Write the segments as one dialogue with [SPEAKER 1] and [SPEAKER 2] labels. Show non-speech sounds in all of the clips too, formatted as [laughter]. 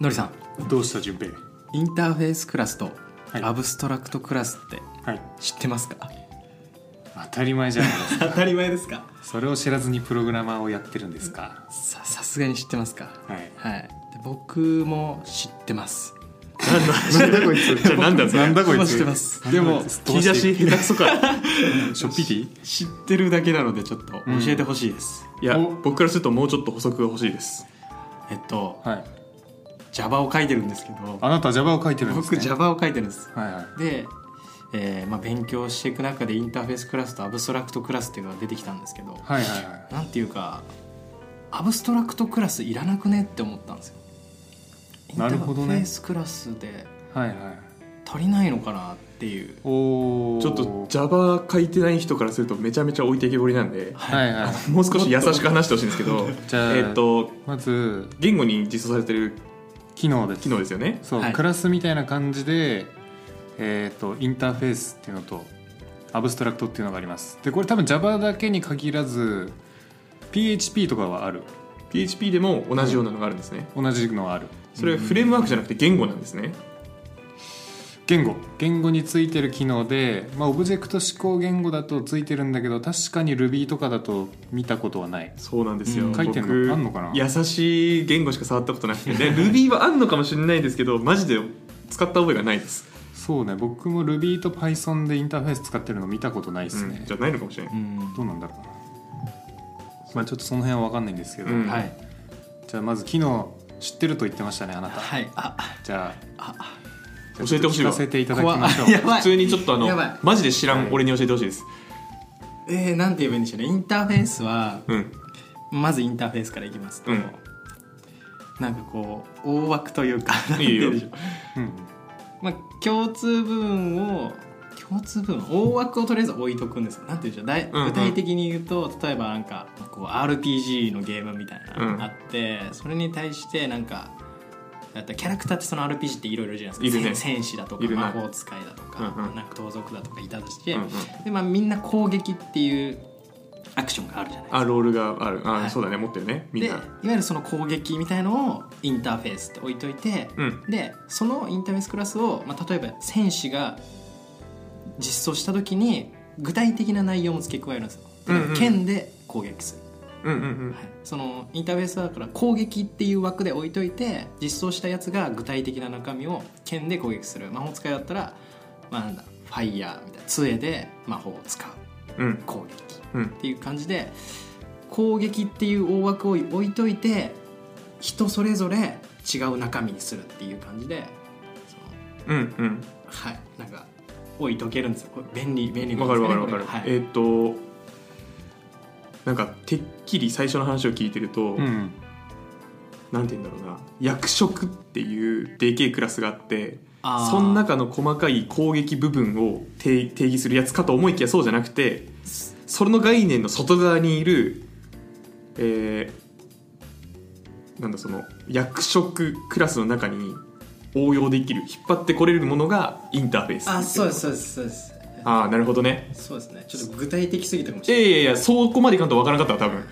[SPEAKER 1] のりさん
[SPEAKER 2] どうした順平
[SPEAKER 1] インターフェースクラスと
[SPEAKER 2] はい
[SPEAKER 1] アブストラクトクラスって
[SPEAKER 2] はい
[SPEAKER 1] 知ってますか、
[SPEAKER 2] 当たり前じゃないですか
[SPEAKER 1] 当たり前ですか
[SPEAKER 2] それを知らずにプログラマーをやってるんですか
[SPEAKER 1] ささすがに知ってますか
[SPEAKER 2] はい
[SPEAKER 1] はいで僕も知ってます
[SPEAKER 2] なんだこいつ
[SPEAKER 3] じゃあなんだそれ
[SPEAKER 2] なんだこ
[SPEAKER 1] 僕も
[SPEAKER 2] い
[SPEAKER 1] 知
[SPEAKER 2] つ
[SPEAKER 1] ってます
[SPEAKER 2] で
[SPEAKER 3] で
[SPEAKER 2] も
[SPEAKER 3] も
[SPEAKER 2] 聞
[SPEAKER 3] 聞
[SPEAKER 2] き
[SPEAKER 3] き
[SPEAKER 2] 出
[SPEAKER 3] 出
[SPEAKER 2] し
[SPEAKER 3] し下手くそか
[SPEAKER 2] ショッピティ
[SPEAKER 1] 知ってるだけなのでちょっと教えてほしいです、
[SPEAKER 3] いや
[SPEAKER 2] お
[SPEAKER 3] 僕からするともうちょっと補足が欲しいです
[SPEAKER 1] えっと
[SPEAKER 2] はい
[SPEAKER 1] Java を書いてるんですけど
[SPEAKER 2] あなた Java を書いてるんです
[SPEAKER 1] 僕
[SPEAKER 2] ね
[SPEAKER 1] Java を書いてるんです
[SPEAKER 2] はいはい
[SPEAKER 1] で、えーまあ、勉強していく中でインターフェースクラスとアブストラクトクラスっていうのが出てきたんですけど、
[SPEAKER 2] はいはいはい
[SPEAKER 1] なんていうかアブストラクトクラスいらなくねって思ったんですよ
[SPEAKER 2] なるほどね
[SPEAKER 1] インターフェースクラスで
[SPEAKER 2] はいはい
[SPEAKER 1] 足りないのかなっていう
[SPEAKER 2] おお
[SPEAKER 3] ちょっと Java 書いてない人からするとめちゃめちゃ置いてけぼりなん
[SPEAKER 2] [laughs]
[SPEAKER 3] で
[SPEAKER 2] はいはい
[SPEAKER 3] もう少し優しく話してほしいんです
[SPEAKER 2] [laughs]
[SPEAKER 3] けど
[SPEAKER 2] じゃあ
[SPEAKER 3] えっと
[SPEAKER 2] まず
[SPEAKER 3] 言語に実装されてる
[SPEAKER 2] 機能です
[SPEAKER 3] 機能ですよね
[SPEAKER 2] そう、
[SPEAKER 1] はい
[SPEAKER 2] クラスみたいな感じで、えー、とインターフェースっていうのとアブストラクトっていうのがありますでこれ多分 Java だけに限らず PHP とかはある
[SPEAKER 3] PHP でも同じようなのがあるんですね
[SPEAKER 2] 同じのはある
[SPEAKER 3] それはフレームワークじゃなくて言語なんですね
[SPEAKER 2] 言語言語についてる機能で、まあ、オブジェクト指向言語だとついてるんだけど確かに Ruby とかだと見たことはない
[SPEAKER 3] そうなんですよ、
[SPEAKER 1] うん
[SPEAKER 2] 書いてんの
[SPEAKER 3] 僕
[SPEAKER 2] あんのかな
[SPEAKER 3] 優しい言語しか触ったことなくてで Ruby はあんのかもしれないですけどマジで使った覚えがないです、
[SPEAKER 2] そうね僕も Ruby と Python でインターフェース使ってるの見たことないですね、
[SPEAKER 3] うんじゃないのかもしれない、
[SPEAKER 1] うん
[SPEAKER 2] どうなんだろうなまあちょっとその辺は分かんないんですけど、
[SPEAKER 3] うん
[SPEAKER 1] はい
[SPEAKER 2] じゃあまず機能知ってると言ってましたねあなた
[SPEAKER 1] はいあ
[SPEAKER 2] じゃあじゃあ
[SPEAKER 3] 教えてほしいわ
[SPEAKER 2] 聞かせていただきましょう
[SPEAKER 1] 怖っやばい
[SPEAKER 3] 普通にちょっとあの
[SPEAKER 1] やばい
[SPEAKER 3] マジで知ら
[SPEAKER 2] は
[SPEAKER 3] ん
[SPEAKER 2] い
[SPEAKER 3] 俺に教えてほしいです、
[SPEAKER 1] えー、なんて言えばいいんでしょうねインターフェースは
[SPEAKER 3] うん
[SPEAKER 1] まずインターフェースからいきますと、
[SPEAKER 3] うん
[SPEAKER 1] なんかこう大枠というかなんて
[SPEAKER 3] いい
[SPEAKER 1] 言う
[SPEAKER 3] よ
[SPEAKER 1] んでしょう
[SPEAKER 2] うん
[SPEAKER 1] まあ、共通部分を共通部分大枠をとりあえず置いとくんですなんていうんでしょうだい、
[SPEAKER 3] うんうん
[SPEAKER 1] 具体的に言うと例えばなんかこう RPG のゲームみたいな
[SPEAKER 3] う
[SPEAKER 1] の
[SPEAKER 3] ん
[SPEAKER 1] があって、それに対してなんかだってキャラクターってその RPG っていろいろいるじゃない
[SPEAKER 3] い
[SPEAKER 1] です
[SPEAKER 3] る
[SPEAKER 1] か、
[SPEAKER 3] ね
[SPEAKER 1] 戦戦士だとか
[SPEAKER 3] いるね
[SPEAKER 1] 魔法使いだとか,、
[SPEAKER 3] うんうん
[SPEAKER 1] なんか盗賊だとかいたとして、
[SPEAKER 3] うんうん
[SPEAKER 1] でまあ、みんな攻撃っていうアクションがあるじゃないですか
[SPEAKER 3] あロールがあるあ、
[SPEAKER 1] はい
[SPEAKER 3] そうだね持ってるねみん
[SPEAKER 1] でい
[SPEAKER 3] な
[SPEAKER 1] わゆるその攻撃みたいのをインターフェースって置いといて、
[SPEAKER 3] うん
[SPEAKER 1] でそのインターフェースクラスを、まあ、例えば戦士が実装した時に具体的な内容も付け加えるんですよ、で
[SPEAKER 3] うんうん
[SPEAKER 1] 剣で攻撃する、
[SPEAKER 3] うんうんうん
[SPEAKER 1] はい、そのインターフェースだから攻撃っていう枠で置いといて実装したやつが具体的な中身を剣で攻撃する魔法使いだったら、まあ、なんだファイヤーみたいな杖で魔法を使う
[SPEAKER 3] うん
[SPEAKER 1] 攻撃
[SPEAKER 3] うん
[SPEAKER 1] っていう感じで攻撃っていう大枠を置いといて人それぞれ違う中身にするっていう感じでその
[SPEAKER 3] うんうん
[SPEAKER 1] はいなんか置いとけるんですよこれ便利便利な
[SPEAKER 3] わ
[SPEAKER 1] ん
[SPEAKER 3] か
[SPEAKER 1] ですよ
[SPEAKER 3] るわ
[SPEAKER 1] ね
[SPEAKER 3] かるわかる、
[SPEAKER 1] これ
[SPEAKER 3] えーっ、となんかてっきり最初の話を聞いてると、
[SPEAKER 2] うん
[SPEAKER 3] なんて言うんだろうな役職っていうでけえクラスがあって
[SPEAKER 1] はい、
[SPEAKER 3] その
[SPEAKER 1] な
[SPEAKER 3] 中の細かい攻撃部分を定定義するやつかと思いきやそうじゃなくてその概念の外側にいる、えーなんだその役職クラスの中に応用できる引っ張ってこれるものがインターフェース
[SPEAKER 1] あそうですそううですそうです
[SPEAKER 3] ああなるほどね
[SPEAKER 1] そうですねちょっと具体的すぎたかもし
[SPEAKER 3] いや
[SPEAKER 1] れ
[SPEAKER 3] いやいやそこまでいかんとわからなかったわ多分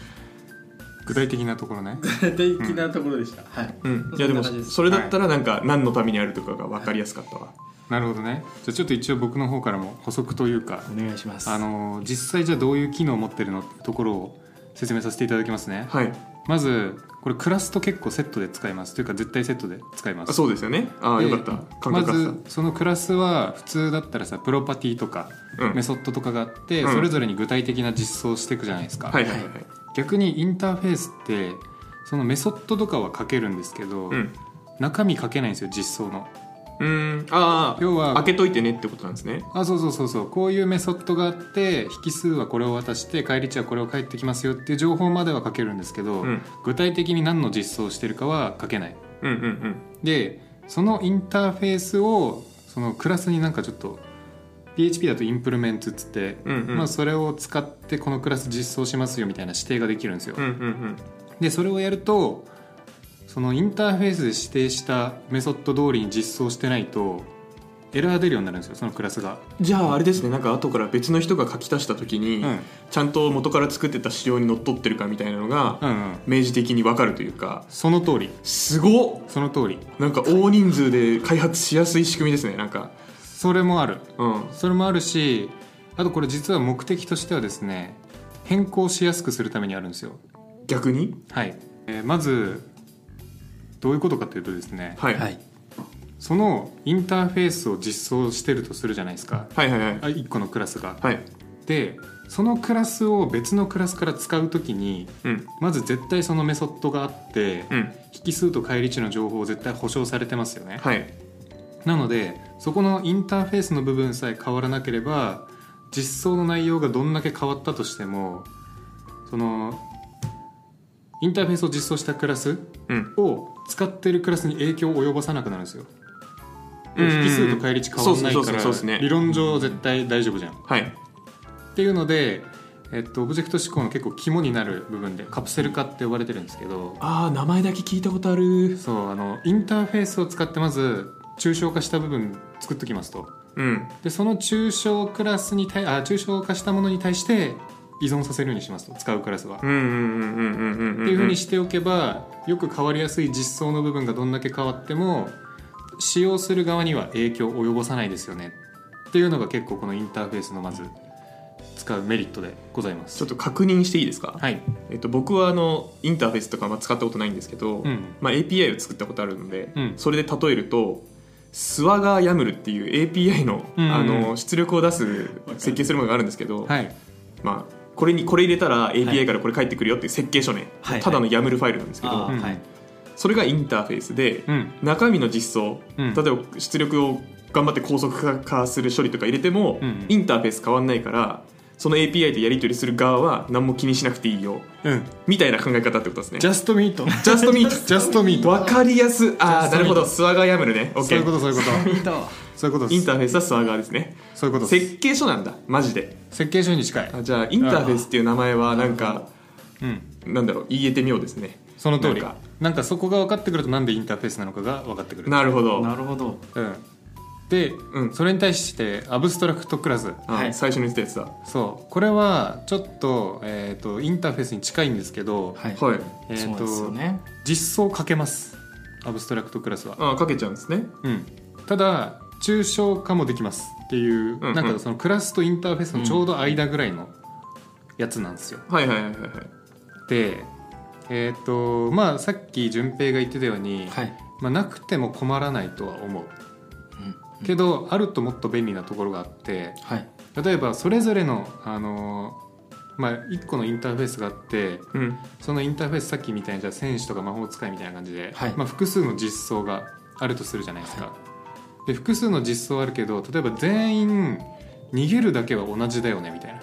[SPEAKER 2] 具体的なところね
[SPEAKER 1] ない具体 [laughs] 的なところでした、はい
[SPEAKER 3] うんいやでも
[SPEAKER 1] そんな感じです
[SPEAKER 3] それだったらなんか何のためにあるとかが分かりやすかったわ、
[SPEAKER 2] なるほどねじゃあちょっと一応僕の方からも補足というか
[SPEAKER 1] お願いします
[SPEAKER 2] あの実際じゃあどういう機能を持ってるのってところを説明させていただきますね
[SPEAKER 3] はい
[SPEAKER 2] まずこれクラスと結構セットで使いますというか絶対セットで使いま
[SPEAKER 3] あ
[SPEAKER 2] す
[SPEAKER 3] そうですよねああ
[SPEAKER 2] で
[SPEAKER 3] よかった感
[SPEAKER 2] ま
[SPEAKER 3] 覚があっ
[SPEAKER 2] ずそのクラスは普通だったらさプロパティとか
[SPEAKER 3] たうん
[SPEAKER 2] メソッドとかがあって、
[SPEAKER 3] うん
[SPEAKER 2] それぞれに具体的な実装をしていくじゃないですか、
[SPEAKER 3] はいはいはいはい
[SPEAKER 2] 逆にインターフェースってそのメソッドとかは書けるんですけど、
[SPEAKER 3] うん
[SPEAKER 2] 中身書けないんですよ実装の
[SPEAKER 3] うーんああ
[SPEAKER 2] 要は
[SPEAKER 3] 開けといてねってことなんですね
[SPEAKER 2] あそうそうそうそうこういうメソッドがあって引数はこれを渡して返り値はこれを返ってきますよっていう情報までは書けるんですけど、
[SPEAKER 3] うん
[SPEAKER 2] 具体的に何の実装をしてるかは書けない
[SPEAKER 3] うんうん
[SPEAKER 2] でそのインターフェースをそのクラスになんかちょっと PHP だとインプルメンツっつって、
[SPEAKER 3] うんうんうん
[SPEAKER 2] まあ、それを使ってこのクラス実装しますよみたいな指定ができるんですよ、
[SPEAKER 3] うんうん
[SPEAKER 2] でそれをやるとそのインターフェースで指定したメソッド通りに実装してないとエラー出るようになるんですよそのクラスが、
[SPEAKER 3] じゃああれですねなんか後から別の人が書き足した時に、
[SPEAKER 2] うん、うん
[SPEAKER 3] ちゃんと元から作ってた仕様にのっとってるかみたいなのが、
[SPEAKER 2] うん
[SPEAKER 3] 明示的に分かるというか
[SPEAKER 2] その通り
[SPEAKER 3] すごっ
[SPEAKER 2] その通り
[SPEAKER 3] なんか大人数で開発しやすい仕組みですねなんか
[SPEAKER 2] それもある
[SPEAKER 3] うん
[SPEAKER 2] それもあるしあとこれ実は目的としてはですね変更しやすくするためにあるんですよ
[SPEAKER 3] 逆に
[SPEAKER 2] はい、えーまずどういうことかというとですね
[SPEAKER 3] はい、
[SPEAKER 1] [laughs] はい
[SPEAKER 2] そのインターフェースを実装してるとするじゃないですか
[SPEAKER 3] はいはいはい
[SPEAKER 2] あ1個のクラスが
[SPEAKER 3] はい
[SPEAKER 2] でそのクラスを別のクラスから使う時に
[SPEAKER 3] うん
[SPEAKER 2] まず絶対そのメソッドがあって
[SPEAKER 3] うん
[SPEAKER 2] 引数と返り値の情報を絶対保証されてますよね
[SPEAKER 3] はい
[SPEAKER 2] なのでそこのインターフェースの部分さえ変わらなければ実装の内容がどんだけ変わったとしてもそのインターフェースを実装したクラス
[SPEAKER 3] うん
[SPEAKER 2] を使ってるクラスに影響を及ぼさなくなるんですよ
[SPEAKER 3] うん
[SPEAKER 2] 引数と返り値変わらない
[SPEAKER 3] そう
[SPEAKER 2] か
[SPEAKER 3] そうそうそうですね
[SPEAKER 2] ら理論上絶対大丈夫じゃん
[SPEAKER 3] はい
[SPEAKER 2] っていうので、えっと、オブジェクト思考の結構肝になる部分でカプセル化って呼ばれてるんですけど
[SPEAKER 3] あー名前だけ聞いたことある
[SPEAKER 2] そうあのインターフェースを使ってまず抽象化した部分作っときますと
[SPEAKER 3] うん
[SPEAKER 2] でその抽象クラスに対あ抽象化したものに対して依存させるようにしますと使うクラスは。
[SPEAKER 3] うんうんうんうんうんうんうん
[SPEAKER 2] っていうふうにしておけばよく変わりやすい実装の部分がどんだけ変わっても使用する側には影響を及ぼさないですよねっていうのが結構このインターフェースのまず使うメリットでございます。
[SPEAKER 3] ちょっと確認していいですか、
[SPEAKER 2] はい、
[SPEAKER 3] えっと、僕はあのインターフェースとかまあ使ったことないんですけど、
[SPEAKER 2] うん
[SPEAKER 3] まあ、API を作ったことあるので、
[SPEAKER 2] うん
[SPEAKER 3] それで例えるとスワガーヤムルっていう API の,、
[SPEAKER 2] うんうん
[SPEAKER 3] あの出力を出す設計するものがあるんですけど、
[SPEAKER 2] はい、
[SPEAKER 3] まあ、これにこれ入れたら
[SPEAKER 1] は
[SPEAKER 3] API
[SPEAKER 1] い
[SPEAKER 3] からこれ返ってくるよっていう設計書ね、
[SPEAKER 1] はい
[SPEAKER 3] ただのヤムルファイルなんですけど、
[SPEAKER 1] あー、
[SPEAKER 2] うん
[SPEAKER 1] はい
[SPEAKER 3] それがインターフェースで、
[SPEAKER 2] うん、
[SPEAKER 3] 中身の実装、
[SPEAKER 2] うん
[SPEAKER 3] 例えば出力を頑張って高速化する処理とか入れても、
[SPEAKER 2] うん
[SPEAKER 3] インターフェース変わんないからその API でやり取りする側は何も気にしなくていいよ
[SPEAKER 2] うん、
[SPEAKER 3] みたいな考え方ってことですね
[SPEAKER 2] ジャスト
[SPEAKER 3] [laughs]
[SPEAKER 2] ミート、
[SPEAKER 3] ジャストミート
[SPEAKER 2] ジャストミート、
[SPEAKER 3] わかりやすああ
[SPEAKER 2] Just
[SPEAKER 3] なるほど
[SPEAKER 2] Meet
[SPEAKER 3] スワガーやむるねオッ
[SPEAKER 2] そう
[SPEAKER 3] ケ
[SPEAKER 2] いうこ
[SPEAKER 3] ー
[SPEAKER 2] とそういうこと、
[SPEAKER 1] いいと
[SPEAKER 2] そういうことで
[SPEAKER 3] イン
[SPEAKER 2] す
[SPEAKER 3] タ。ーフェースはスワガーですね
[SPEAKER 2] そういうことです。
[SPEAKER 3] 設計書なんだマジで
[SPEAKER 2] 設計書に近い。
[SPEAKER 3] あじゃあインターフェースっていう名前はなんか
[SPEAKER 2] うん、
[SPEAKER 3] なんだろう言えてみようですね
[SPEAKER 2] その通
[SPEAKER 3] な
[SPEAKER 2] り
[SPEAKER 3] んか。
[SPEAKER 2] なんかそこが分かってくるとなんでインターフェースなのかが分かってくる。
[SPEAKER 3] なるほど
[SPEAKER 1] なるほど
[SPEAKER 2] うん。で、
[SPEAKER 3] うん
[SPEAKER 2] それに対してアブストラクトクラス。
[SPEAKER 3] あ
[SPEAKER 1] はい
[SPEAKER 3] 最初に言ったやつだは
[SPEAKER 2] そう、これはちょっとえっ、とインターフェースに近いんですけど、
[SPEAKER 1] はい、
[SPEAKER 3] い
[SPEAKER 2] えっ、
[SPEAKER 1] そうですよ
[SPEAKER 2] と、
[SPEAKER 1] ね
[SPEAKER 2] 実装かけます。アブストラクトクラスは。
[SPEAKER 3] ああかけちゃうんですね
[SPEAKER 2] うん、ただ抽象化もできますっていう、
[SPEAKER 3] うんうん
[SPEAKER 2] なんかそのクラスとインターフェースのちょうど間ぐらいのやつなんですよ。
[SPEAKER 3] はいはいはいはいはい
[SPEAKER 2] でえっ、とまあさっき順平が言ってたように、
[SPEAKER 1] はい、
[SPEAKER 2] まあ、なくても困らないとは思う
[SPEAKER 1] うん、
[SPEAKER 2] けど、あるともっと便利なところがあって
[SPEAKER 1] はい
[SPEAKER 2] 例えばそれぞれの、あのーまあ、1個のインターフェースがあって
[SPEAKER 3] うん
[SPEAKER 2] そのインターフェースさっきみたいにじゃあ戦士とか魔法使いみたいな感じで、
[SPEAKER 1] はい
[SPEAKER 2] まあ、複数の実装があるとするじゃないですか。
[SPEAKER 1] は
[SPEAKER 2] で複数の実装あるけど例えば全員逃げるだけは同じだよねみたいな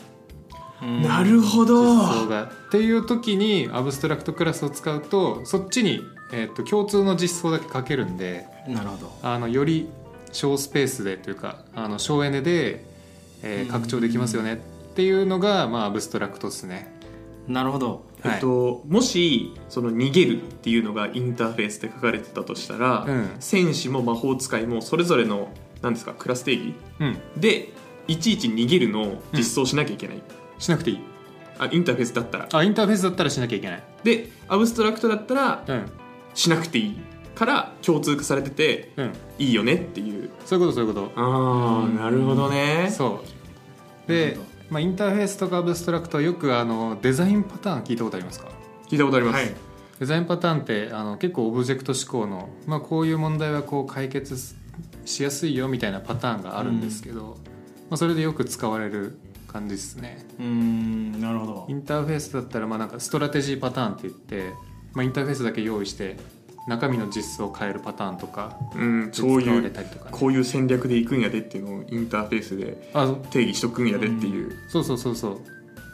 [SPEAKER 1] うん
[SPEAKER 3] なるほど
[SPEAKER 2] 実装が。っていう時にアブストラクトクラスを使うとそっちに、えー、と共通の実装だけ書けるんで
[SPEAKER 1] なるほど
[SPEAKER 2] あのより小スペースでというかあの省エネで、え
[SPEAKER 1] う
[SPEAKER 2] ー
[SPEAKER 1] ん
[SPEAKER 2] 拡張できますよねっていうのが、まあ、アブストラクトですね。
[SPEAKER 1] なるほど
[SPEAKER 2] はい
[SPEAKER 3] えっと、もしその逃げるっていうのがインターフェースで書かれてたとしたら、
[SPEAKER 2] うん
[SPEAKER 3] 戦士も魔法使いもそれぞれの何ですかクラス定義
[SPEAKER 2] うん、
[SPEAKER 3] でいちいち逃げるのを実装しなきゃいけない、
[SPEAKER 2] しなくていい
[SPEAKER 3] あインターフェースだったら
[SPEAKER 2] あインターフェースだったらしなきゃいけない。
[SPEAKER 3] でアブストラクトだったら
[SPEAKER 2] うん
[SPEAKER 3] しなくていいから共通化されてて
[SPEAKER 2] うん、
[SPEAKER 3] いいよねっていう
[SPEAKER 2] そういうことそういうこと。
[SPEAKER 3] ああなるほどね
[SPEAKER 1] な
[SPEAKER 2] そうで
[SPEAKER 1] るほど、
[SPEAKER 2] まあ、インターフェースとかアブストラクトはよくあのデザインパターン聞いたことありますか
[SPEAKER 3] 聞いたことあります、
[SPEAKER 1] はい
[SPEAKER 2] デザインパターンってあの結構オブジェクト思考の、まあ、こういう問題はこう解決すしやすいよみたいなパターンがあるんですけど、まあ、それでよく使われる感じですね
[SPEAKER 1] うーんなるほど
[SPEAKER 2] インターフェースだったらまあなんかストラテジーパターンって言って、まあ、インターフェースだけ用意して中身の実装を変えるパターンとか
[SPEAKER 3] うん、
[SPEAKER 2] 使
[SPEAKER 3] そう
[SPEAKER 2] わ
[SPEAKER 3] い
[SPEAKER 2] れ
[SPEAKER 3] う
[SPEAKER 2] たりとかね、
[SPEAKER 3] こういう戦略でいくんやでっていうのをインターフェースで
[SPEAKER 2] あそう
[SPEAKER 3] 定義しとくんやでっていう、
[SPEAKER 2] そうそうそうそう、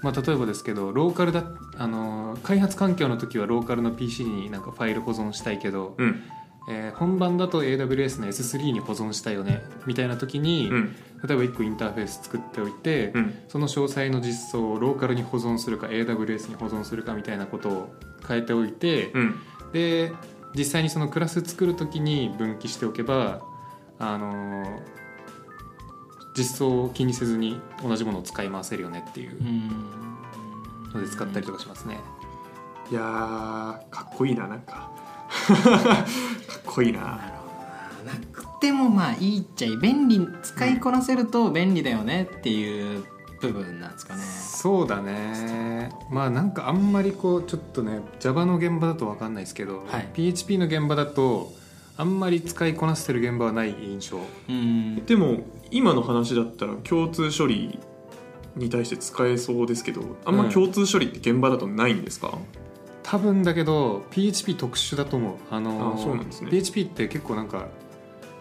[SPEAKER 2] まあ、例えばですけどローカルだ、あのー開発環境の時はローカルの PC になんかファイル保存したいけど、
[SPEAKER 3] うん
[SPEAKER 2] えー本番だと AWS の S3 に保存したいよねみたいな時に、
[SPEAKER 3] うん
[SPEAKER 2] 例えば1個インターフェース作っておいて、
[SPEAKER 3] うん
[SPEAKER 2] その詳細の実装をローカルに保存するか AWS に保存するかみたいなことを変えておいて、
[SPEAKER 3] うん
[SPEAKER 2] で実際にそのクラス作る時に分岐しておけばあのー実装を気にせずに同じものを使い回せるよねっていう
[SPEAKER 1] うん
[SPEAKER 2] ので使ったりとかしますね、
[SPEAKER 3] いやーかっこいいななんか [laughs] かっこいいな
[SPEAKER 1] なくてもまあいいっちゃいい便利使いこなせると便利だよねっていう部分なんですかね、
[SPEAKER 2] そうだねまあなんかあんまりこうちょっとね Java の現場だと分かんないですけど、
[SPEAKER 1] はい
[SPEAKER 2] PHP の現場だとあんまり使いこなせてる現場はない印象
[SPEAKER 1] うん
[SPEAKER 3] でも今の話だったら共通処理に対して使えそうですけどあんま共通処理って現場だとないんですか、
[SPEAKER 2] 多分だけど PHP 特殊だと思うあの
[SPEAKER 3] あそうなんですね
[SPEAKER 2] PHP って結構なんか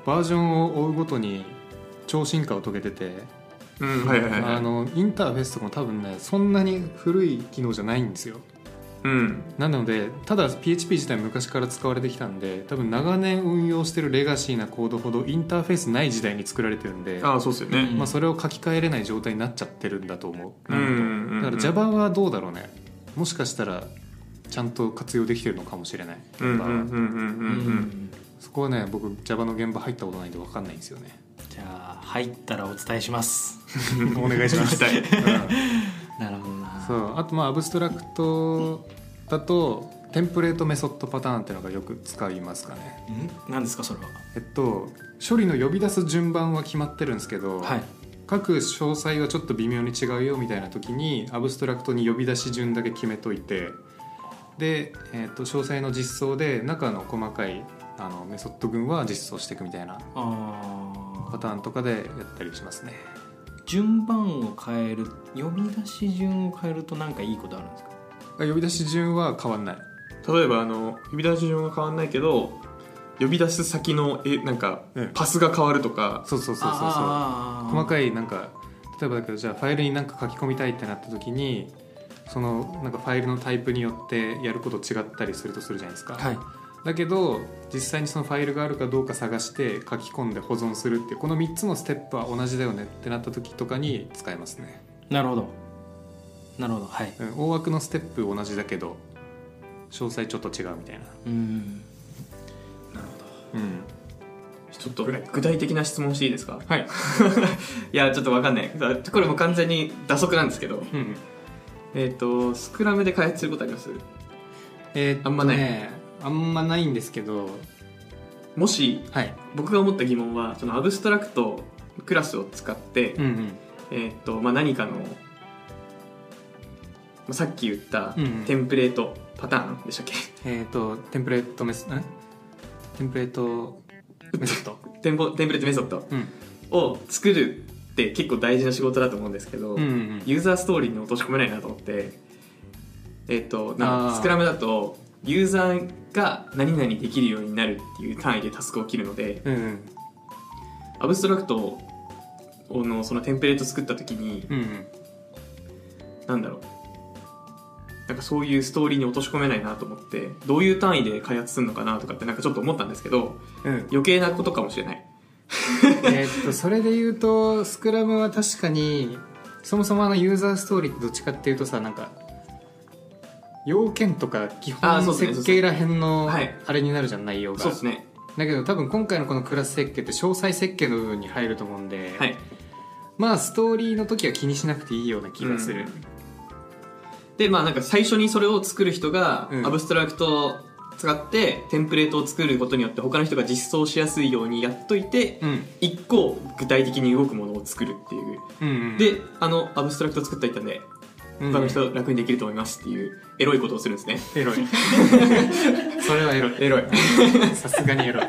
[SPEAKER 2] バージョンを追うごとに超進化を遂げてて、
[SPEAKER 3] うん、はいはいはいはい
[SPEAKER 2] あのインターフェースとかも多分ねそんなに古い機能じゃないんですよ
[SPEAKER 3] うん
[SPEAKER 2] なのでただ PHP 自体昔から使われてきたんで多分長年運用してるレガシーなコードほどインターフェースない時代に作られてるんで
[SPEAKER 3] ああそうですよね、
[SPEAKER 2] まあ、それを書き換えれない状態になっちゃってるんだと思う、
[SPEAKER 3] うんうんうん
[SPEAKER 2] だから Java はどうだろうねもしかしたらちゃんと活用できてるのかもしれない、
[SPEAKER 3] うんうんうんうん
[SPEAKER 1] う
[SPEAKER 3] うんうん
[SPEAKER 1] ん
[SPEAKER 2] そこはね僕 Java の現場入ったことないんで分かんないんですよね
[SPEAKER 1] じゃあ入ったらお伝えします
[SPEAKER 2] お願いします、うん
[SPEAKER 1] なるほどな
[SPEAKER 2] そうあとまあアブストラクトだとテンプレートメソッドパターンっていうのがよく使いますかね
[SPEAKER 1] ん何ですかそれは
[SPEAKER 2] えっと処理の呼び出す順番は決まってるんですけど、
[SPEAKER 1] はい
[SPEAKER 2] 各詳細がちょっと微妙に違うよみたいな時にアブストラクトに呼び出し順だけ決めといてで、えー、と詳細の実装で中の細かいあのメソッド群は実装していくみたいな
[SPEAKER 1] あ
[SPEAKER 2] パターンとかでやったりしますね
[SPEAKER 1] 順番を変える呼び出し順を変えると何かいいことあるんですか
[SPEAKER 2] 呼び出し順は変わんない
[SPEAKER 3] 例えばあの呼び出し順が変わんないけど呼び出す先のえなんか
[SPEAKER 2] うん
[SPEAKER 3] パスが変わるとか、
[SPEAKER 2] そうそうそうそうそう
[SPEAKER 1] あー
[SPEAKER 2] 細か
[SPEAKER 1] い
[SPEAKER 2] いなんか例えばだけどじゃあファイルになんか書き込みたいってなった時にそのなんかファイルのタイプによってやること違ったりするとするじゃないですか、
[SPEAKER 1] はい
[SPEAKER 2] だけど実際にそのファイルがあるかどうか探して書き込んで保存するっていうこの3つのステップは同じだよねってなった時とかに使えますね、
[SPEAKER 1] なるほどなるほどはい
[SPEAKER 2] うん、大枠のステップ同じだけど詳細ちょっと違うみたいな、
[SPEAKER 1] うんなるほど
[SPEAKER 2] うん、
[SPEAKER 3] ちょっと具体的な質問していいですかはい [laughs] いやちょっとわかんないだこれも完全に打足なんですけど
[SPEAKER 2] うん
[SPEAKER 3] えっ、とスクラムで開発することあります
[SPEAKER 2] えーっとね
[SPEAKER 3] あんまない
[SPEAKER 2] あんまないんですけど
[SPEAKER 3] もし
[SPEAKER 2] はい
[SPEAKER 3] 僕が思った疑問はそのアブストラクトクラスを使って、
[SPEAKER 2] うんうん
[SPEAKER 3] えっ、とまあ何かの、まあ、さっき言った
[SPEAKER 2] うんうん
[SPEAKER 3] テンプレートパターンでしたっけ、 [laughs]
[SPEAKER 2] えーっとテンプレートメスんテンプレートメソッド
[SPEAKER 3] テンポテンプレートメソッド
[SPEAKER 2] うん
[SPEAKER 3] を作るって結構大事な仕事だと思うんですけど、
[SPEAKER 2] うんうん
[SPEAKER 3] ユーザーストーリーに落とし込めないなと思ってえっ、とな
[SPEAKER 2] あー
[SPEAKER 3] スクラムだとユーザーが何々できるようになるっていう単位でタスクを切るので
[SPEAKER 2] うんうん
[SPEAKER 3] アブストラクトのそのテンプレート作った時に
[SPEAKER 2] うんうん
[SPEAKER 3] なんだろうなんかそういうストーリーに落とし込めないなと思ってどういう単位で開発するのかなとかってなんかちょっと思ったんですけど
[SPEAKER 2] うん
[SPEAKER 3] 余計なことかもしれない
[SPEAKER 2] えーっとそれで言うとスクラムは確かにそもそもあのユーザーストーリーってどっちかっていうとさなんか要件とか基
[SPEAKER 3] あ
[SPEAKER 2] 本
[SPEAKER 3] ーそ
[SPEAKER 2] の
[SPEAKER 3] うですね
[SPEAKER 2] 設計らへんの
[SPEAKER 3] はい
[SPEAKER 2] あれになるじゃん内容が、
[SPEAKER 3] そうですね
[SPEAKER 2] だけど多分今回のこのクラス設計って詳細設計の部分に入ると思うんで、
[SPEAKER 3] はい
[SPEAKER 2] まあストーリーの時は気にしなくていいような気がする、
[SPEAKER 3] でまあなんか最初にそれを作る人が
[SPEAKER 2] うん
[SPEAKER 3] アブストラクトを使ってテンプレートを作ることによって他の人が実装しやすいようにやっといて
[SPEAKER 2] うん、
[SPEAKER 3] 一個具体的に動くものを作るっていう
[SPEAKER 2] うんうん
[SPEAKER 3] であのアブストラクト作ったったんで
[SPEAKER 2] うん
[SPEAKER 3] 他の人楽にできると思いますっていうエロいことをするんですね
[SPEAKER 2] エロい [laughs] それはエロい
[SPEAKER 3] エロい
[SPEAKER 2] さすがにエロい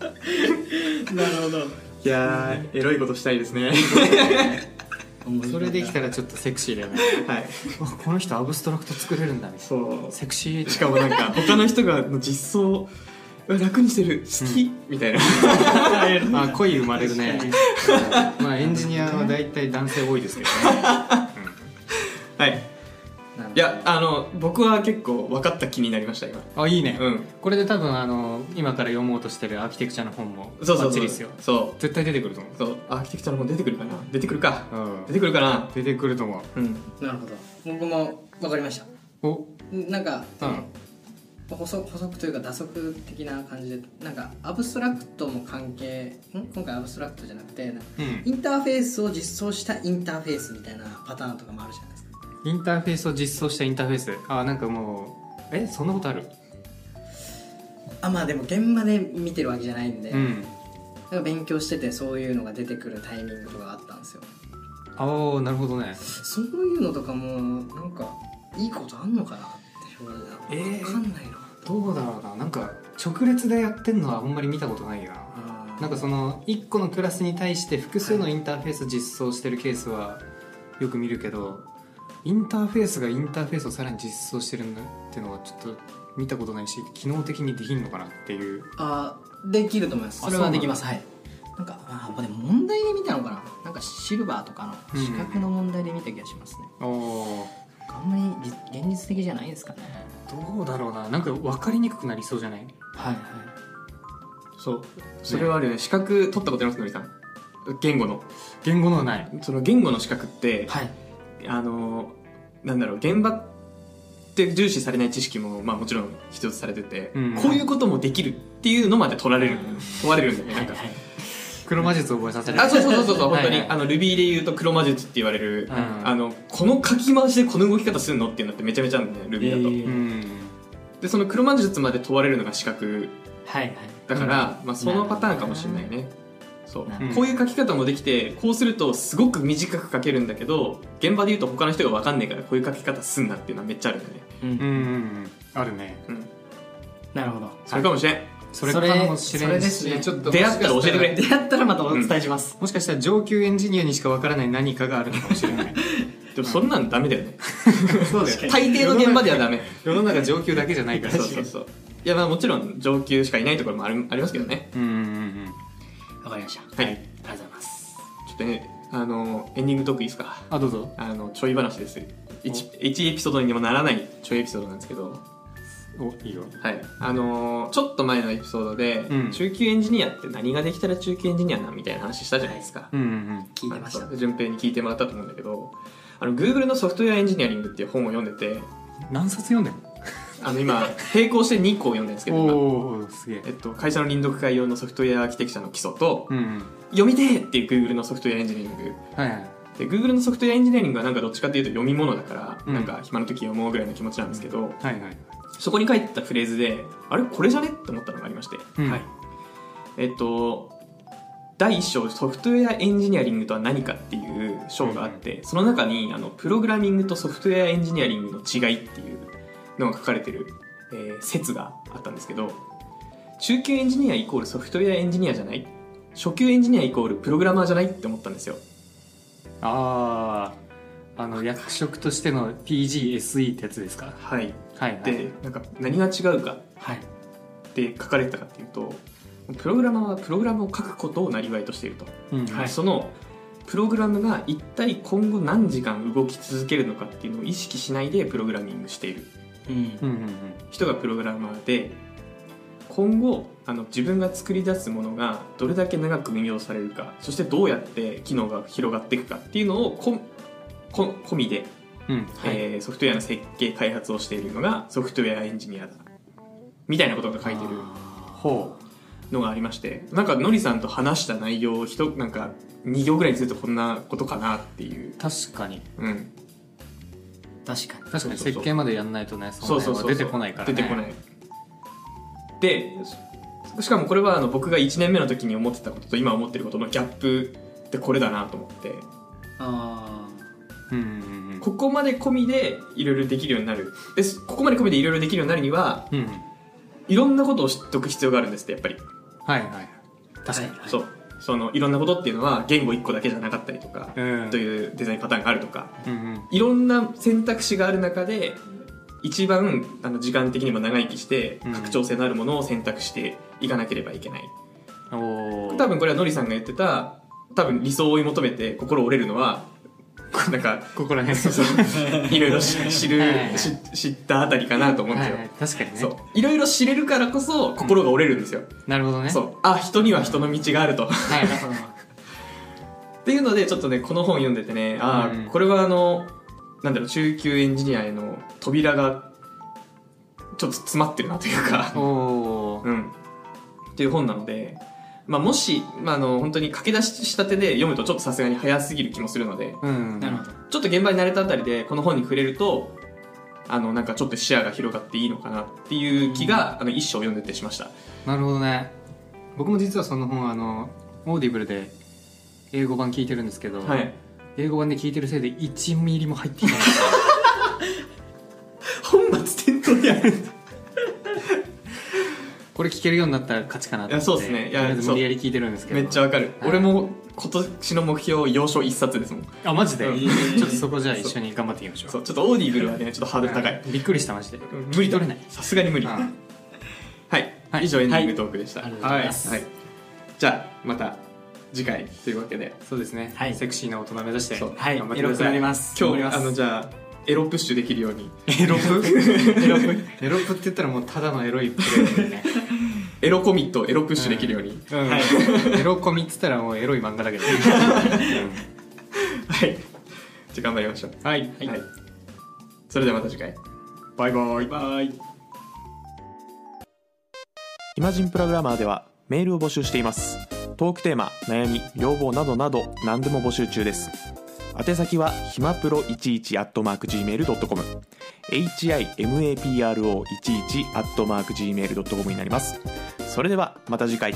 [SPEAKER 3] なるほどいやーエロいことしたいですね
[SPEAKER 2] それできたらちょっとセクシーだよ
[SPEAKER 3] [laughs]
[SPEAKER 2] ね
[SPEAKER 3] [laughs] はい
[SPEAKER 2] わこの人アブストラクト作れるんだみたい
[SPEAKER 3] そう
[SPEAKER 2] なセクシー
[SPEAKER 3] しかもなんか他の人がの実装をうわ楽にしてる好き、みたいな [laughs]
[SPEAKER 2] あ恋生まれるねまあエンジニアは大体男性多いですけどね
[SPEAKER 3] はいいやあの僕は結構分かった気になりました今
[SPEAKER 2] あいいね、
[SPEAKER 3] うん
[SPEAKER 2] これで多分あの今から読もうとしてるアーキテクチャの本も
[SPEAKER 3] そう
[SPEAKER 2] バ
[SPEAKER 3] そ
[SPEAKER 2] ッチ
[SPEAKER 3] うそう
[SPEAKER 2] リですよ
[SPEAKER 3] そ
[SPEAKER 2] 絶対出てくると思
[SPEAKER 3] うそうアーキテクチャの本出てくるかな出てくるか
[SPEAKER 2] う、うん
[SPEAKER 3] 出てくるかな
[SPEAKER 2] 出てくると思
[SPEAKER 3] うん
[SPEAKER 4] なるほど僕も分かりました
[SPEAKER 2] うお
[SPEAKER 4] なんか、
[SPEAKER 2] うん
[SPEAKER 1] 補足補足というか打足的な感じでなんかアブストラクトも関係ん今回アブストラクトじゃなくてなんか
[SPEAKER 2] うん
[SPEAKER 1] インターフェースを実装したインターフェースみたいなパターンとかもあるじゃないですか
[SPEAKER 2] インターフェースを実装したインターフェースあなんかもうえそんなことある
[SPEAKER 1] あまあでも現場で見てるわけじゃないんで、
[SPEAKER 2] うん
[SPEAKER 1] なんか勉強しててそういうのが出てくるタイミングとかあったんですよ
[SPEAKER 2] ああなるほどね
[SPEAKER 1] そういうのとかもなんかいいことあんのかなって正直
[SPEAKER 2] えー
[SPEAKER 1] 分かんないな、
[SPEAKER 2] どうだろうななんか直列でやってるのはあんまり見たことないな
[SPEAKER 1] あー
[SPEAKER 2] なんかその1個のクラスに対して複数のインターフェース実装してるケースはよく見るけどインターフェースがインターフェースをさらに実装してるんだっていうのはちょっと見たことないし機能的にできんのかなっていう
[SPEAKER 1] あーできると思います
[SPEAKER 2] あ
[SPEAKER 1] それはできますはいなんかあーでも問題で見たのかななんかシルバーとかの資格の問題で見た気がしますね、
[SPEAKER 2] あー
[SPEAKER 1] なんかあんまりじ現実的じゃないですかね
[SPEAKER 2] どうだろうななんか分かりにくくなりそうじゃない
[SPEAKER 1] はいはい
[SPEAKER 3] そうそれはあるよね資格取ったことありますのりさん言語の
[SPEAKER 2] 言語のはない
[SPEAKER 3] その言語の資格って、
[SPEAKER 1] はい
[SPEAKER 3] あのなんだろう現場って重視されない知識も、まあ、もちろん必要とされてて、
[SPEAKER 2] うん
[SPEAKER 3] こういうこともできるっていうのまで取られる、
[SPEAKER 2] うん
[SPEAKER 3] 問われるんだよねなんか
[SPEAKER 1] はい
[SPEAKER 2] 黒魔術を覚えさせる
[SPEAKER 3] あそうそうそうそうそう本当
[SPEAKER 2] は
[SPEAKER 3] に
[SPEAKER 2] いはい
[SPEAKER 3] あの Ruby で言うと黒魔術って言われる、
[SPEAKER 2] うん
[SPEAKER 3] あのこの書き回しでこの動き方するのっていうのってめちゃめちゃあるんだよね Ruby だと、
[SPEAKER 1] えー
[SPEAKER 2] うん
[SPEAKER 3] でその黒魔術まで問われるのが資格
[SPEAKER 1] はいはい
[SPEAKER 3] だから、まあ、そのパターンかもしれないねそう
[SPEAKER 1] なる
[SPEAKER 2] ほど
[SPEAKER 3] こういう書き方もできてこうするとすごく短く書けるんだけど現場で言うと他の人が分かんないからこういう書き方すんなっていうのはめっちゃあるよね、
[SPEAKER 1] う
[SPEAKER 2] うんんうんうんあるね
[SPEAKER 3] うん、
[SPEAKER 1] なるほど
[SPEAKER 3] それかもしれん、
[SPEAKER 2] それ
[SPEAKER 1] そ
[SPEAKER 2] か
[SPEAKER 1] れ
[SPEAKER 2] もしれ
[SPEAKER 1] それ
[SPEAKER 2] ん
[SPEAKER 1] です
[SPEAKER 2] し、
[SPEAKER 1] ね
[SPEAKER 2] ちょっと
[SPEAKER 3] 出会ったら教えてくれ
[SPEAKER 1] 出会ったらまたお伝えします、
[SPEAKER 2] もしかしたら上級エンジニアにしかわからない何かがあるのかもしれ [laughs] ない
[SPEAKER 3] でもそんなんダメだよね
[SPEAKER 2] そうだよ
[SPEAKER 3] 大抵の現場ではダメ
[SPEAKER 2] 世の中上級だけじゃないから
[SPEAKER 3] そうそうそういやまあもちろん上級しかいないところもあるありますけどね
[SPEAKER 2] うんうんうん
[SPEAKER 1] わかりました
[SPEAKER 3] はい、
[SPEAKER 1] ありがとうございます
[SPEAKER 3] ちょっとねあのエンディングトークいいですか
[SPEAKER 2] あどうぞ
[SPEAKER 3] あのちょい話です 1, 一エピソードにもならないちょいエピソードなんですけど
[SPEAKER 2] おいいよ
[SPEAKER 3] はい、あのーちょっと前のエピソードで、
[SPEAKER 2] うん
[SPEAKER 3] 中級エンジニアって何ができたら中級エンジニアなんみたいな話したじゃないですか、
[SPEAKER 2] うんうん
[SPEAKER 1] 聞いてました
[SPEAKER 3] あの順平に聞いてもらったと思うんだけどあの Google のソフトウェアエンジニアリングっていう本を読んでて
[SPEAKER 2] うん何冊読んでん
[SPEAKER 3] あ
[SPEAKER 1] [laughs]
[SPEAKER 3] の今並行して2個読んでるんですけど今
[SPEAKER 2] おおすげえ
[SPEAKER 3] えっと、会社の臨読会用のソフトウェアアーキテクチャの基礎と、
[SPEAKER 2] うんうん
[SPEAKER 3] 読みてえっていう Google のソフトウェアエンジニアリング
[SPEAKER 2] はいはい
[SPEAKER 3] で Google のソフトウェアエンジニアリングはなんかどっちかというと読み物だから、
[SPEAKER 2] うん
[SPEAKER 3] なんか暇の時読もうぐらいの気持ちなんですけど、
[SPEAKER 2] はいはい
[SPEAKER 3] そこに書いてたフレーズであれこれじゃねって思ったのがありまして、
[SPEAKER 2] うん
[SPEAKER 1] はい
[SPEAKER 3] えっと第1章ソフトウェアエンジニアリングとは何かっていう章があって、その中にあのプログラミングとソフトウェアエンジニアリングの違いっていうのが書かれてる、えー説があったんですけど中級エンジニアイコールソフトウェアエンジニアじゃない初級エンジニアイコールプログラマーじゃないって思ったんですよ
[SPEAKER 2] あああの役職としての PGSE ってやつですか
[SPEAKER 3] はい
[SPEAKER 2] はいはい
[SPEAKER 3] でなんか何が違うか
[SPEAKER 1] はい
[SPEAKER 3] って書かれてたかっていうとプログラマーはプログラムを書くことを生りとしていると
[SPEAKER 2] うん
[SPEAKER 1] はい
[SPEAKER 3] そのプログラムが一体今後何時間動き続けるのかっていうのを意識しないでプログラミングしている
[SPEAKER 1] うん
[SPEAKER 2] うんうん
[SPEAKER 3] 人がプログラマーで今後あの自分が作り出すものがどれだけ長く運用されるかそしてどうやって機能が広がっていくかっていうのをこんこん込みで、
[SPEAKER 2] うんうん
[SPEAKER 1] はい
[SPEAKER 3] えーソフトウェアの設計開発をしているのがソフトウェアエンジニアだみたいなことが書いてる
[SPEAKER 2] ほ
[SPEAKER 3] のがありましてなんかのりさんと話した内容をひとなんか2行ぐらいにするとこんなことかなっていう
[SPEAKER 2] う、確かに
[SPEAKER 3] うん、
[SPEAKER 1] 確かに
[SPEAKER 2] 確か
[SPEAKER 3] そうそう
[SPEAKER 2] に
[SPEAKER 3] そう
[SPEAKER 2] 設計までやんないとね
[SPEAKER 3] そうそう
[SPEAKER 2] の辺
[SPEAKER 3] そう
[SPEAKER 2] は出てこないからね
[SPEAKER 3] 出てこないでそしかもこれはあの僕が1年目の時に思ってたことと今思ってることのギャップってこれだなと思って
[SPEAKER 1] あ
[SPEAKER 2] うんうんうん
[SPEAKER 3] ここまで込みでいろいろできるようになるでここまで込みでいろいろできるようになるには
[SPEAKER 2] うんうん
[SPEAKER 3] いろんなことを知っておく必要があるんですってやっぱり、
[SPEAKER 2] はいはい
[SPEAKER 1] あ
[SPEAKER 2] 確かに
[SPEAKER 3] そうそのいろんなことっていうのは言語1個だけじゃなかったりとか、
[SPEAKER 2] うん
[SPEAKER 3] というデザインパターンがあるとか
[SPEAKER 2] うんうん
[SPEAKER 3] いろんな選択肢がある中で一番あの時間的にも長生きして
[SPEAKER 2] うん
[SPEAKER 3] 拡張性のあるものを選択していかなければいけない、
[SPEAKER 2] おー
[SPEAKER 3] 多分これはのりさんが言ってた多分理想を追い求めて心折れるのは [laughs] なん
[SPEAKER 2] [laughs]
[SPEAKER 3] か
[SPEAKER 2] ここら辺
[SPEAKER 3] そうそういろいろ知知る
[SPEAKER 2] はいはいはい
[SPEAKER 3] し知ったあたりかなと思うんで
[SPEAKER 2] はい
[SPEAKER 3] すよ、
[SPEAKER 2] はい確かにね
[SPEAKER 3] そういろいろ知れるからこそ心が折れるんですよ、
[SPEAKER 2] なるほどね
[SPEAKER 3] そうあ人には人の道があるとっ
[SPEAKER 2] はい
[SPEAKER 1] [laughs] なるほど
[SPEAKER 3] ていうのでちょっとねこの本読んでてねああ、
[SPEAKER 2] うん
[SPEAKER 3] これはあのなんだろう中級エンジニアへの扉がちょっと詰まってるなというか
[SPEAKER 2] おおー
[SPEAKER 3] [laughs] うん、っていう本なので、まあ、もし、まあ、あの本当に駆け出ししたてで読むとちょっとさすがに早すぎる気もするので
[SPEAKER 2] うん
[SPEAKER 1] なるほど
[SPEAKER 3] ちょっと現場に慣れたあたりでこの本に触れるとあのなんかちょっと視野が広がっていいのかなっていう気が、あの一章を読んでてしました
[SPEAKER 2] なるほどね僕も実はその本あのオーディブルで英語版聞いてるんですけど、
[SPEAKER 3] はい
[SPEAKER 2] 英語版で聞いてるせいで1ミリも入っていない
[SPEAKER 3] 本末転倒や [laughs]
[SPEAKER 2] これ聞けるようになったら勝ちかなと思って
[SPEAKER 3] いやそうですねいや
[SPEAKER 2] とりあえず
[SPEAKER 3] そう
[SPEAKER 2] 無理やり聞いてるんですけど
[SPEAKER 3] めっちゃわかる、
[SPEAKER 2] はい
[SPEAKER 3] 俺も今年の目標要所一冊ですもん
[SPEAKER 2] あマジで、
[SPEAKER 3] うん
[SPEAKER 2] ちょっとそこじゃあ一緒に頑張っていきましょう
[SPEAKER 3] そうちょっとオーディブルはねちょっとハード [laughs] ル高い、
[SPEAKER 2] びっくりしたマジで
[SPEAKER 3] 無理
[SPEAKER 2] 取れない
[SPEAKER 3] さすがに無理、
[SPEAKER 2] うん
[SPEAKER 3] はい、
[SPEAKER 2] はい
[SPEAKER 3] 以上エンディングトークでした、
[SPEAKER 1] ありがとうございます
[SPEAKER 3] はいじゃあまた次回というわけで
[SPEAKER 2] そうですね、
[SPEAKER 1] はい
[SPEAKER 2] セクシーな大人目指して
[SPEAKER 3] そう
[SPEAKER 1] はい
[SPEAKER 2] 頑張って
[SPEAKER 1] エ
[SPEAKER 2] く
[SPEAKER 1] ロ
[SPEAKER 2] だ
[SPEAKER 1] く
[SPEAKER 2] さ
[SPEAKER 1] ない
[SPEAKER 3] [laughs]
[SPEAKER 1] ります頑張
[SPEAKER 3] 今日
[SPEAKER 1] ります
[SPEAKER 3] あのじゃあエロプッシュできるよ
[SPEAKER 1] [laughs]
[SPEAKER 3] うに
[SPEAKER 2] エロプ
[SPEAKER 3] エロプ
[SPEAKER 2] [laughs] エロプって言ったらもうただのエロいプレイだよね、
[SPEAKER 3] エロコミットをエロプッシュできるように、
[SPEAKER 2] うん
[SPEAKER 1] はい
[SPEAKER 2] エロコミって言ったらもうエロい漫
[SPEAKER 1] [laughs]
[SPEAKER 2] 画だけど、ね
[SPEAKER 3] はいじゃあ頑張りましょう
[SPEAKER 2] うんはい
[SPEAKER 1] い
[SPEAKER 3] はい、それではまた次回
[SPEAKER 2] バイバイ
[SPEAKER 3] バイ
[SPEAKER 4] イマジンプログラマーではメールを募集していますトークテーマ悩み要望などなど何でも募集中です宛先はひまプロ11 at mark gmail.com himapro11 at mark gmail.com になりますそれではまた次回